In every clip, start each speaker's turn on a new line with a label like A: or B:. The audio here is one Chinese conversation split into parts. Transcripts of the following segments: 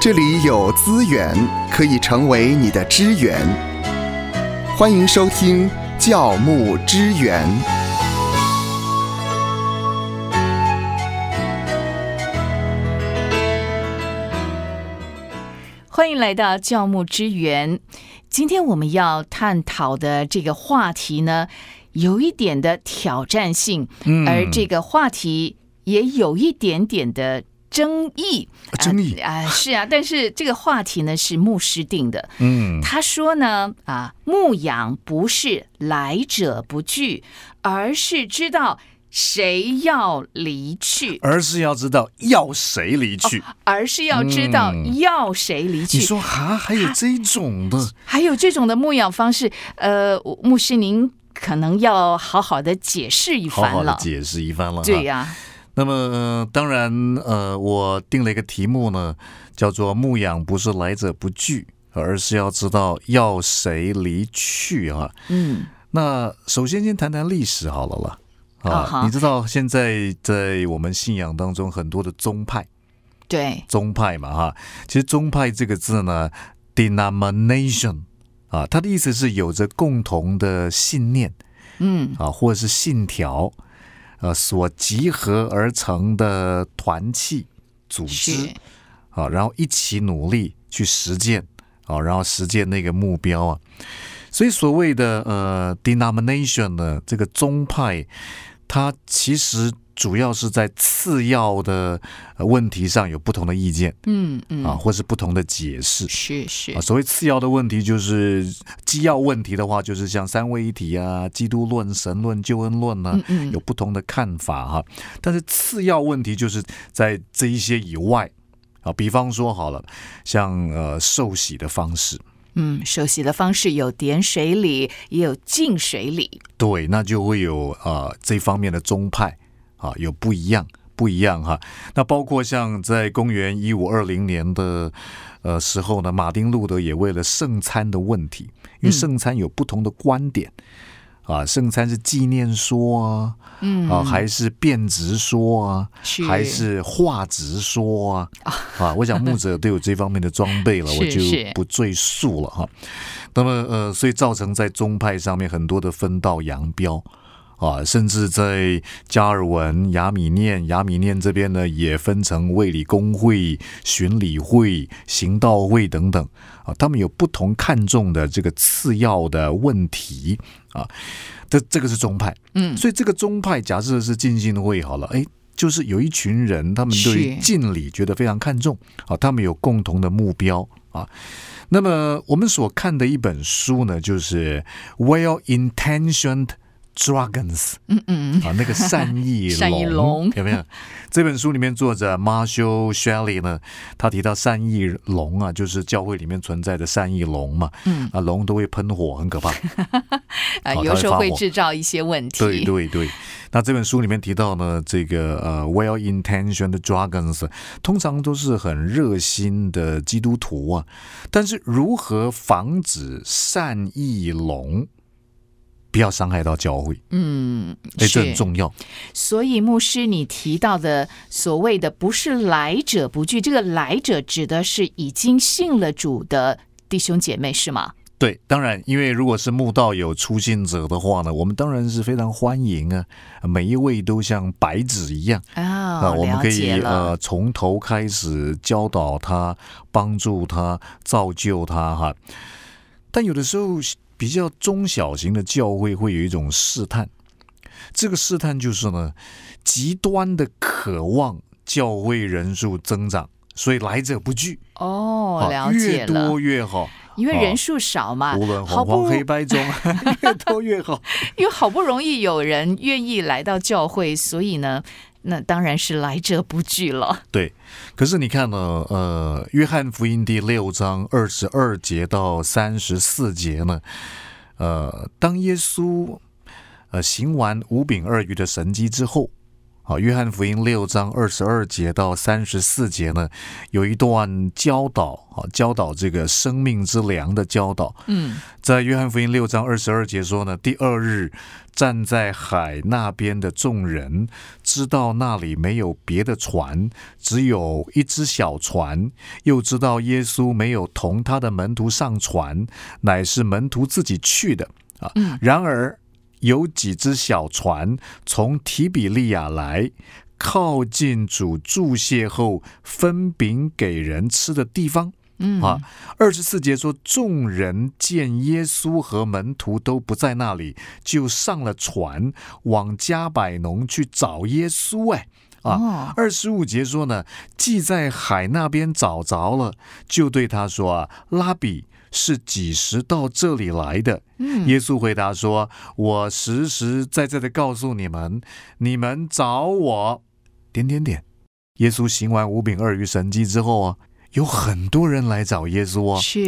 A: 这里有资源可以成为你的支援。欢迎收听教牧支援。
B: 欢迎来到教牧支援。今天我们要探讨的这个话题呢，有一点的挑战性，
C: 嗯
B: 而这个话题也有一点点的争议。
C: 啊争议
B: 啊、啊是啊，但是这个话题呢是牧师定的。
C: 嗯
B: 他说呢，啊，牧养不是来者不拒，而是知道谁要离去，
C: 而是要知道要谁离去。
B: 而是要知道
C: 嗯
B: 要谁离哦去。啊
C: 你说哈，还有这一种的，
B: 还有这种的牧养方式，呃，牧师您可能要好好的解释一
C: 好
B: 番
C: 好的
B: 了。
C: 解释一番了。
B: 对、呀、
C: 那么、呃当然，呃，我定了一个题目呢，叫做“牧养不是来者不拒”，而是要知道要谁离去哈、
B: 嗯，
C: 那首先先谈谈历史好了啦。
B: 啊哈
C: 你知道现在在我们信仰当中很多的宗派，
B: 对，
C: 宗派嘛哈，其实宗派这个字呢，denomination 啊，它的意思是有着共同的信念
B: 嗯
C: 啊，或者是信条，呃，所集合而成的团契组织
B: 是，
C: 啊，然后一起努力去实践啊，然后实践那个目标啊。所以所谓的呃 denomination 呢，这个宗派，它其实主要是在次要的呃问题上有不同的意见
B: 嗯嗯，
C: 啊，或是不同的解释。
B: 是是
C: 啊，所谓次要的问题就是基要问题的话，就是像三位一体啊、基督论、神论、救恩论呢、啊，
B: 嗯嗯
C: 有不同的看法哈、但是次要问题就是在这一些以外啊，比方说好了，像呃受洗的方式，
B: 嗯，受洗的方式有点水礼，也有进水礼。
C: 对，那就会有啊、呃这方面的宗派啊有不一样，不一样哈。那包括像在公元一五二零年的呃时候呢，马丁路德也为了圣餐的问题，因为圣餐有不同的观点。啊，圣餐是纪念说啊，
B: 嗯
C: 啊，还是变质说啊，
B: 是
C: 还是化质说啊，啊，我想牧者都有这方面的装备 了，
B: 是
C: 我就是不赘述了哈。那么呃，所以造成在宗派上面很多的分道扬镳。啊，甚至在加尔文、雅米念、雅米念这边呢，也分成卫理公会、巡礼会、行道会等等啊，他们有不同看重的这个次要的问题啊，这这个是宗派，
B: 嗯
C: 所以这个宗派假设是浸信会好了，哎，就是有一群人，他们对于
B: 是
C: 敬礼觉得非常看重啊，他们有共同的目标啊。那么我们所看的一本书呢，就是《Well Intentioned Dragons》
B: 嗯嗯，
C: 啊，那个善意龙
B: 善意龙
C: 有没有？这本书里面作者 Marshall Shelley 呢，他提到善意龙啊，就是教会里面存在的善意龙嘛，
B: 嗯
C: 啊，龙都会喷火，很 可怕。
B: 啊，
C: 好
B: 有
C: 它会
B: 时候
C: 发
B: 会
C: 火
B: 制造一些问题。
C: 对对对，那这本书里面提到呢，这个呃，well intentioned dragons 通常都是很热心的基督徒啊，但是如何防止善意龙不要伤害到教会，
B: 嗯，
C: 哎，这
B: 是
C: 很重要。
B: 所以牧师，你提到的所谓的不是来者不拒，这个来者指的是已经信了主的弟兄姐妹，是吗？
C: 对，当然，因为如果是慕道友出信者的话呢，我们当然是非常欢迎啊，每一位都像白纸一样。啊、
B: 啊
C: 我们可以
B: 了解了
C: 呃从头开始教导他，帮助他，造就他哈。但有的时候比较中小型的教会会有一种试探，这个试探就是呢，极端的渴望教会人数增长，所以来者不拒，
B: 哦，
C: 啊
B: 了解
C: 越
B: 了
C: 多，越好。
B: 因为
C: 啊
B: 人数少嘛，
C: 无论
B: 好
C: 红
B: 不
C: 黄，黑白中， 越多越好。
B: 因为好不容易有人愿意来到教会，所以呢，那当然是来者不拒了。
C: 对，可是你看呢，呃，约翰福音第六章二十二节到三十四节呢，呃，当耶稣呃行完五饼二鱼的神迹之后，好，约翰福音六章二十二节到三十四节呢，有一段教导，啊，教导这个生命之粮的教导。
B: 嗯，
C: 在约翰福音六章二十二节说呢，第二日站在海那边的众人知道那里没有别的船，只有一只小船，又知道耶稣没有同他的门徒上船，乃是门徒自己去的啊。然而有几只小船从提比利亚来。靠近主注谢后分饼给人吃的地方，
B: 嗯
C: 啊，二十四节说，众人见耶稣和门徒都不在那里，就上了船往加百农去找耶稣。哎，啊，
B: 哦
C: 二十五节说呢，既在海那边找着了，就对他说啊，拉比。是几时到这里来的？耶稣回答说：“我实实在在的告诉你们，你们找我，点点点。”耶稣行完五饼二鱼神迹之后啊，有很多人来找耶稣啊。
B: 是，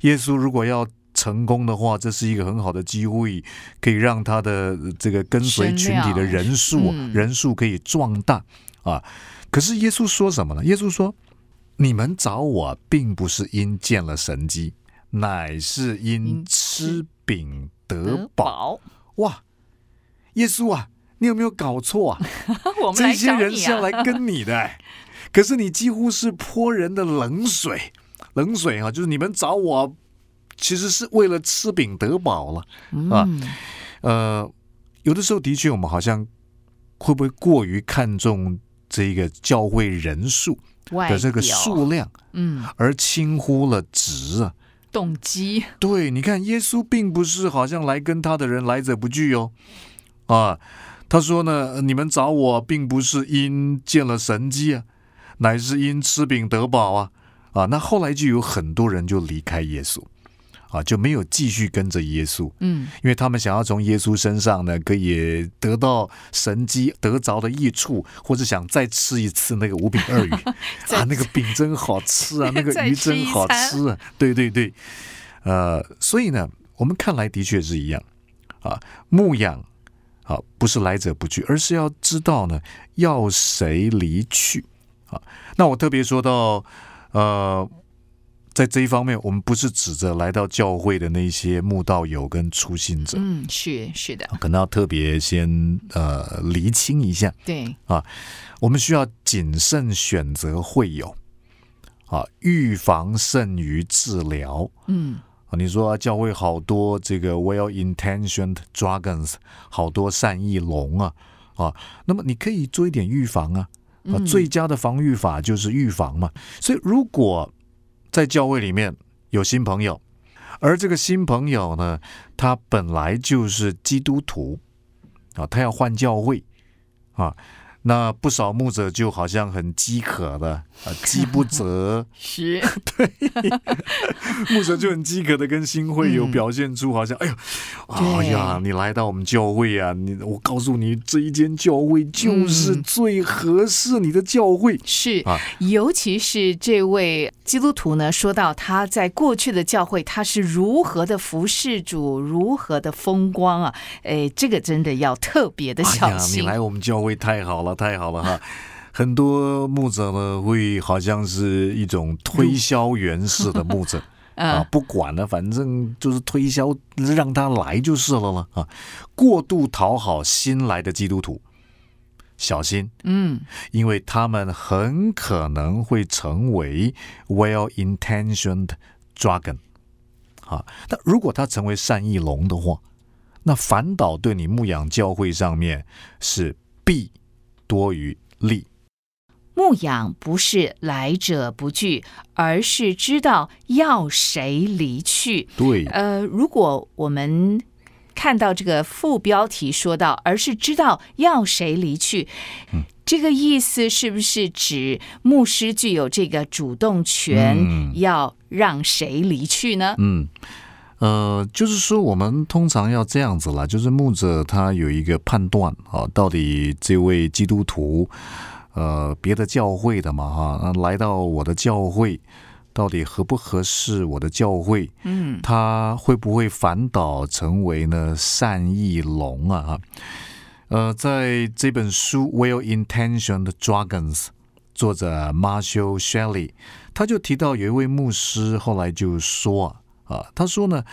C: 耶稣如果要成功的话，这是一个很好的机会，可以让他的呃这个跟随群体的人数、
B: 嗯
C: 人数可以壮大啊。可是耶稣说什么呢？耶稣说：“你们找我，并不是因见了神迹，乃是因
B: 因
C: 吃
B: 吃
C: 饼得
B: 得
C: 饱。
B: 饱，
C: 哇，耶稣啊，你有没有搞错啊？
B: 我们
C: 这
B: 来
C: 些
B: 找
C: 人
B: 你
C: 是要
B: 啊！
C: 来跟你的、 哎可是你几乎是泼人的冷水，冷水啊，就是你们找我，其实是为了吃饼得饱了。啊
B: 嗯，
C: 呃，有的时候的确，我们好像会不会过于看重这个教会人数
B: 外
C: 的这个
B: 表
C: 数量，
B: 嗯，
C: 而轻忽了值啊？
B: 动机
C: 对，你看，耶稣并不是好像来跟他的人来者不拒哦，啊，他说呢，你们找我并不是因见了神迹啊，乃是因吃饼得饱啊，啊，那后来就有很多人就离开耶稣，啊，就没有继续跟着耶稣，
B: 嗯，
C: 因为他们想要从耶稣身上呢，可以得到神迹得着的益处，或者想再吃一次那个五饼二鱼
B: 再
C: 啊，那个饼真好吃啊，那个
B: 再
C: 鱼
B: 吃
C: 真
B: 一
C: 好
B: 餐
C: 吃啊，对对对，呃，所以呢，我们看来的确是一样啊，牧养啊不是来者不拒，而是要知道呢，要谁离去啊。那我特别说到，呃，在这一方面，我们不是指着来到教会的那些慕道友跟出信者，
B: 嗯，是是的，
C: 可能要特别先呃厘清一下，
B: 对，
C: 我们需要谨慎选择会友啊，预防胜于治疗。
B: 嗯，
C: 啊，你说、教会好多这个 well-intentioned dragons，好多善意龙啊啊，那么你可以做一点预防啊啊，
B: 嗯
C: 最佳的防御法就是预防嘛。所以如果在教会里面有新朋友，而这个新朋友呢，他本来就是基督徒啊，他要换教会啊。那不少牧者就好像很饥渴的啊， 饥不择
B: 是，
C: 牧者就很饥渴的跟新会友表现出 好像，哎呦，
B: 对
C: 哎呀，你来到我们教会啊，你我告诉你，这一间教会就是
B: 嗯
C: 最合适你的教会。
B: 是，
C: 啊
B: 尤其是这位基督徒呢，说到他在过去的教会，他是如何的服侍主，如何的风光啊！哎，这个真的要特别的
C: 哎
B: 小
C: 呀，你
B: 心。
C: 来我们教会太好了，太好了哈！ 很多牧者呢，会好像是一种推销员式的牧 者。
B: 嗯
C: 啊，不管了，反正就是推销，让他来就是了了啊！过度讨好新来的基督徒，小心，
B: 嗯，
C: 因为他们很可能会成为 well-intentioned dragon。啊，那如果他成为善意龙的话，那反倒对你牧养教会上面是弊多于利。
B: 牧养不是来者不拒，而是知道要谁离去。
C: 对
B: 呃，如果我们看到这个副标题说到，而是知道要谁离去，
C: 嗯
B: 这个意思是不是指牧师具有这个主动权，
C: 嗯
B: 要让谁离去呢？
C: 嗯，呃，就是说我们通常要这样子啦，就是牧者他有一个判断啊，到底这位基督徒，呃，别的教会的嘛哈、那来到我的教会，到底合不合适我的教会？
B: 嗯，
C: 他会不会反倒成为呢善意龙啊？哈，呃，在这本书《Well-Intentioned Dragons》，作者 Marshall Shelley，他就提到有一位牧师后来就说啊。啊，他说呢，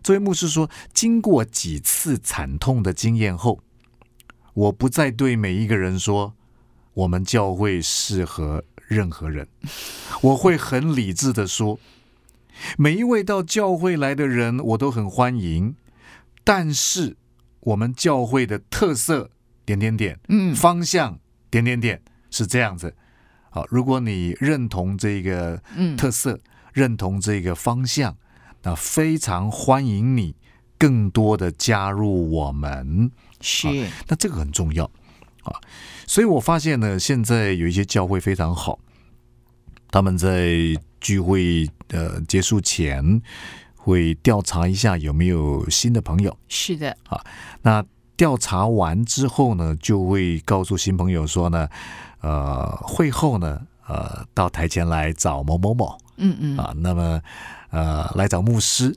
C: 这位牧师说，经过几次惨痛的经验后，我不再对每一个人说，我们教会适合任何人。我会很理智的说，每一位到教会来的人，我都很欢迎。但是我们教会的特色点点点，
B: 嗯
C: 方向点点点是这样子。好，如果你认同这个
B: 嗯
C: 特色，认同这个方向，那非常欢迎你更多的加入我们。
B: 是，
C: 那这个很重要啊。所以我发现呢，现在有一些教会非常好，他们在聚会呃结束前会调查一下有没有新的朋友。
B: 是的，
C: 那调查完之后呢，就会告诉新朋友说呢，呃，会后呢，呃，到台前来找某某某
B: 嗯嗯，
C: 啊，那么呃，来找牧师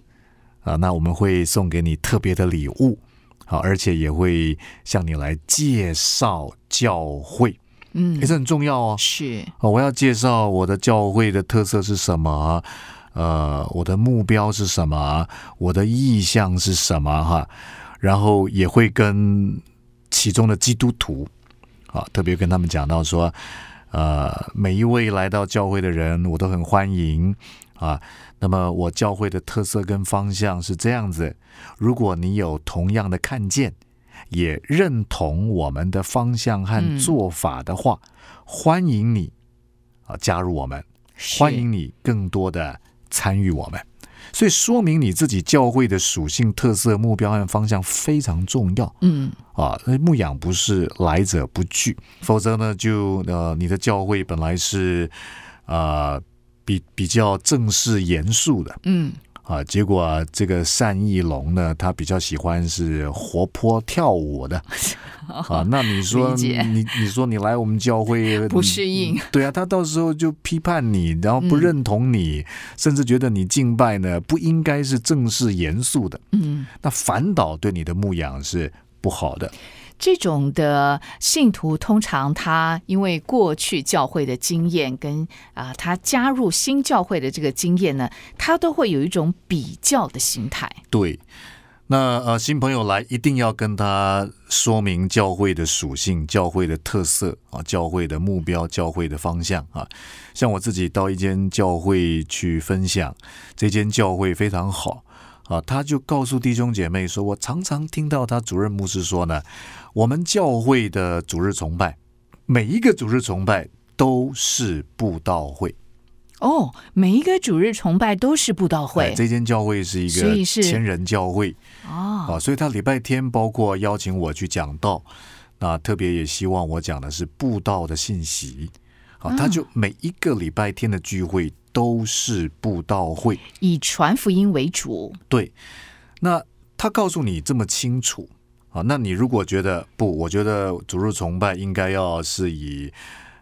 C: 啊，那我们会送给你特别的礼物，好、而且也会向你来介绍教会，
B: 嗯
C: 也，是很重要哦。
B: 是，
C: 哦，我要介绍我的教会的特色是什么，啊呃，我的目标是什么，我的意向是什么哈，然后也会跟其中的基督徒啊，特别跟他们讲到说，呃，每一位来到教会的人，我都很欢迎啊。那么我教会的特色跟方向是这样子，如果你有同样的看见，也认同我们的方向和
B: 嗯
C: 做法的话，欢迎你啊加入我们，欢
B: 是
C: 迎你更多的参与我们。所以说明你自己教会的属性、特色、目标和方向非常重要
B: 嗯，
C: 啊！那牧养不是来者不拒，否则呢，就呃你的教会本来是呃比比较正式严肃的，
B: 嗯，
C: 啊，结果、啊、这个单义龙呢，他比较喜欢是活泼跳 舞的啊。那你说
B: 理解
C: 你你说你来我们 教会
B: 不适应
C: 你 对啊，他到时候就批判你，然后不认同你，甚至觉得你敬拜呢不应该是正式严肃的，
B: 嗯，
C: 那反倒对你的牧养是不好的。
B: 这种的信徒通常他因为过去教会的经验跟啊、他加入新教会的这个经验呢，他都会有一种比较的心态。
C: 对，那呃，新朋友来一定要跟他说明教会的属性、教会的特色啊、教会的目标、教会的方向啊。像我自己到一间教会去分享，这间教会非常好。啊，他就告诉弟兄姐妹说：“我常常听到他主任牧师说呢，我们教会的主日崇拜，每一个主日崇拜都是布道会。
B: 哦，每一个主日崇拜都是布道
C: 哎
B: 会
C: 这间教会是一
B: 所
C: 个
B: 以是
C: 千人教会，
B: 哦，
C: 啊，所以他礼拜天包括邀请我去讲道，那特别也希望我讲的是布道的信息。啊，他就每一个礼拜天的聚会都是布道会，
B: 以传福音为主。
C: 对。那他告诉你这么清楚啊，那你如果觉得不，我觉得主日崇拜应该要是以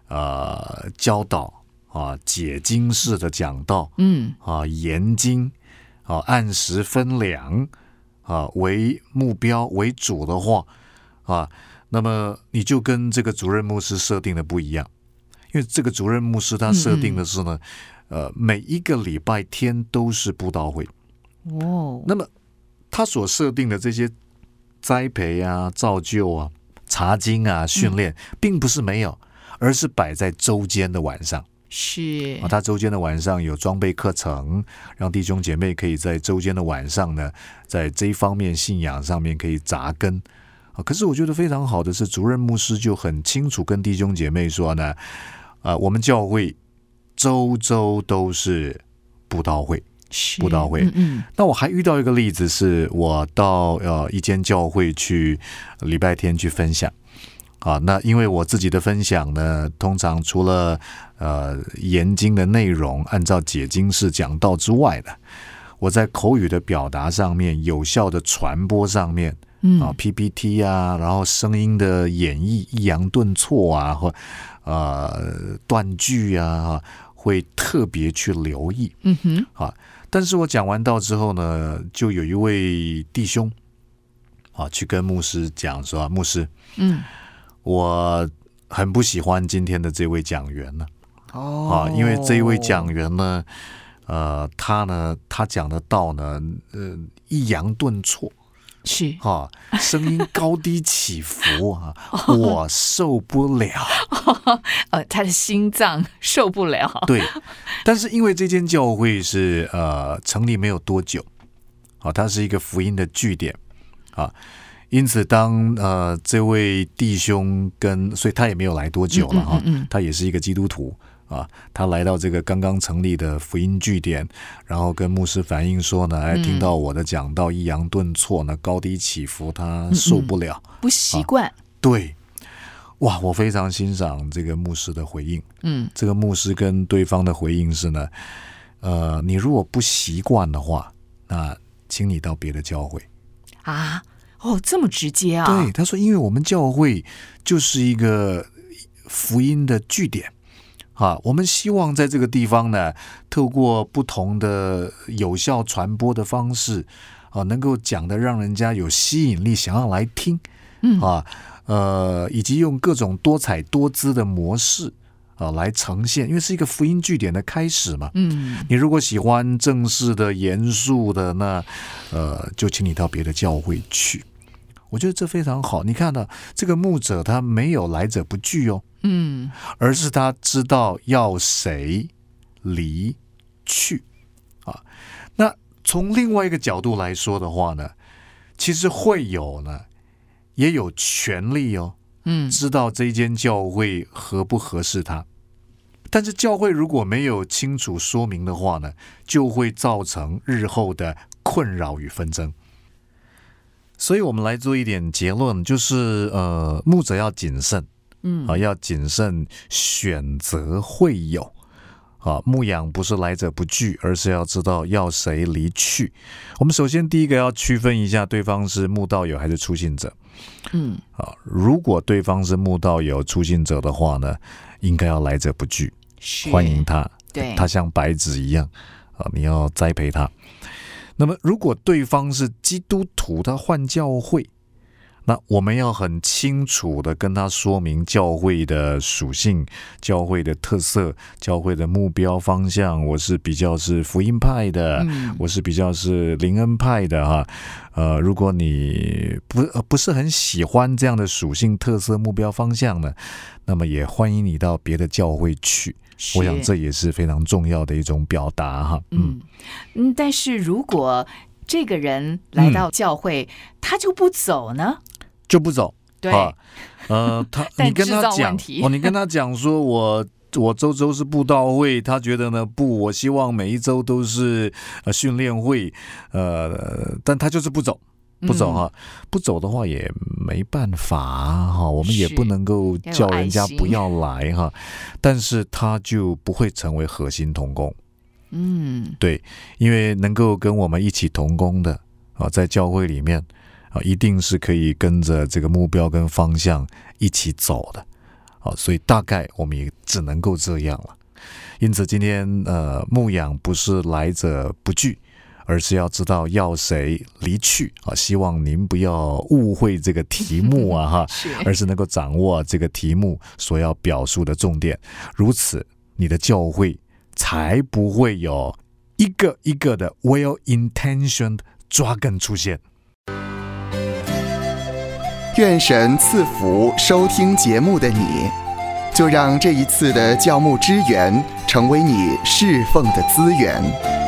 C: 呃教导啊解经式的讲道，
B: 嗯，
C: 啊研经啊按时分粮啊为目标为主的话啊，那么你就跟这个主任牧师设定的不一样，因为这个主任牧师他设定的是呢，呃每一个礼拜天都是布道会，
B: 哦，
C: 那么他所设定的这些栽培啊、造就啊、查经啊、训练，并不是没有，而是摆在周间的晚上。
B: 是
C: 啊，他周间的晚上有装备课程，让弟兄姐妹可以在周间的晚上呢，在这一方面信仰上面可以扎根。啊，可是我觉得非常好的是，主任牧师就很清楚跟弟兄姐妹说呢，啊，我们教会周周都是布道会。
B: 是
C: 布道会
B: 嗯嗯，
C: 那我还遇到一个例子，是我到呃一间教会去礼拜天去分享。啊，那因为我自己的分享呢，通常除了呃研经的内容按照解经式讲道之外呢，我在口语的表达上面、有效的传播上面啊
B: 嗯，
C: ，PPT 啊，然后声音的演绎、抑扬顿挫啊，或呃断句啊，会特别去留意。
B: 嗯哼，
C: 啊。但是我讲完道之后呢，就有一位弟兄啊，去跟牧师讲说，牧师，
B: 嗯，
C: 我很不喜欢今天的这位讲员呢，
A: 哦
C: 啊，因为这一位讲员呢，呃，他呢，他讲的道呢，呃，抑扬顿挫，
B: 是
C: 啊，声音高低起伏啊，我受不了。
B: 呃，他的心脏受不了，
C: 对，但是因为这间教会是呃成立没有多久，啊，它是一个福音的据点啊，因此当呃这位弟兄跟，所以他也没有来多久了
B: 嗯
C: 哈、
B: 嗯嗯嗯
C: 他也是一个基督徒啊，他来到这个刚刚成立的福音据点，然后跟牧师反映说呢，
B: 嗯
C: 哎，听到我的讲道抑扬顿挫呢，高低起伏，他受
B: 嗯
C: 不了。
B: 不习惯，
C: 对，哇，我非常欣赏这个牧师的回应。
B: 嗯，
C: 这个牧师跟对方的回应是呢，呃，你如果不习惯的话，那请你到别的教会。
B: 啊，哦，这么直接啊？
C: 对，，他说，因为我们教会就是一个福音的据点。啊，我们希望在这个地方呢，透过不同的有效传播的方式，啊，能够讲的让人家有吸引力，想要来听，
B: 嗯
C: 啊，呃，以及用各种多彩多姿的模式啊来呈现，因为是一个福音据点的开始嘛。
B: 嗯，
C: 你如果喜欢正式的、严肃的，那呃，就请你到别的教会去。我觉得这非常好。你看呢、这个牧者他没有来者不拒哦，
B: 嗯，
C: 而是他知道要谁离去啊。那从另外一个角度来说的话呢，其实会有呢，也有权利哦，
B: 嗯，
C: 知道这间教会合不合适他。但是教会如果没有清楚说明的话呢，就会造成日后的困扰与纷争。所以，我们来做一点结论，就是呃，牧者要谨慎，
B: 嗯
C: 啊，要谨慎选择会友啊。牧养不是来者不拒，而是要知道要谁离去。我们首先第一个要区分一下，对方是慕道友还是出信者。
B: 嗯，
C: 啊，如果对方是慕道友、出信者的话呢，应该要来者不拒，
B: 是
C: 欢迎，他，
B: 对，
C: 他像白纸一样啊，你要栽培他。那么，如果对方是基督徒，他换教会，那我们要很清楚的跟他说明教会的属性、教会的特色、教会的目标方向。我是比较是福音派的，
B: 嗯
C: 我是比较是灵恩派的哈，呃，如果你不呃不是很喜欢这样的属性、特色、目标方向呢，那么也欢迎你到别的教会去。我想
B: 是
C: 这嗯也是非常重要的一种表达哈。
B: 嗯
C: 嗯，
B: 嗯，但是如果这个人来到
C: 嗯
B: 教会，他就不走呢？
C: 就不走
B: 对，
C: 啊， 呃，他
B: 但
C: 你跟他
B: 制造
C: 讲
B: 问题
C: 哦，你跟他讲说我。我周周是布道会，他觉得呢不，我希望每一周都是呃训练会，呃，但他就是不走，不
B: 嗯
C: 走啊哈、不走的话也没办法啊哈、我们也
B: 是
C: 不能够
B: 要有
C: 叫人家
B: 爱心
C: 不要来哈、但是他就不会成为核心童工，
B: 嗯，
C: 对，因为能够跟我们一起同工的啊，在教会里面啊，一定是可以跟着这个目标跟方向一起走的啊，所以大概我们也只能够这样了。因此，今天呃，牧养不是来者不拒，而是要知道要谁离去啊。希望您不要误会这个题目啊哈，
B: 是，
C: 而是能够掌握这个题目所要表述的重点。如此，你的教会才不会有一个一个的 well intentioned 抓梗出现。
A: 愿神赐福收听节目的你，就让这一次的教牧支援成为你侍奉的资源。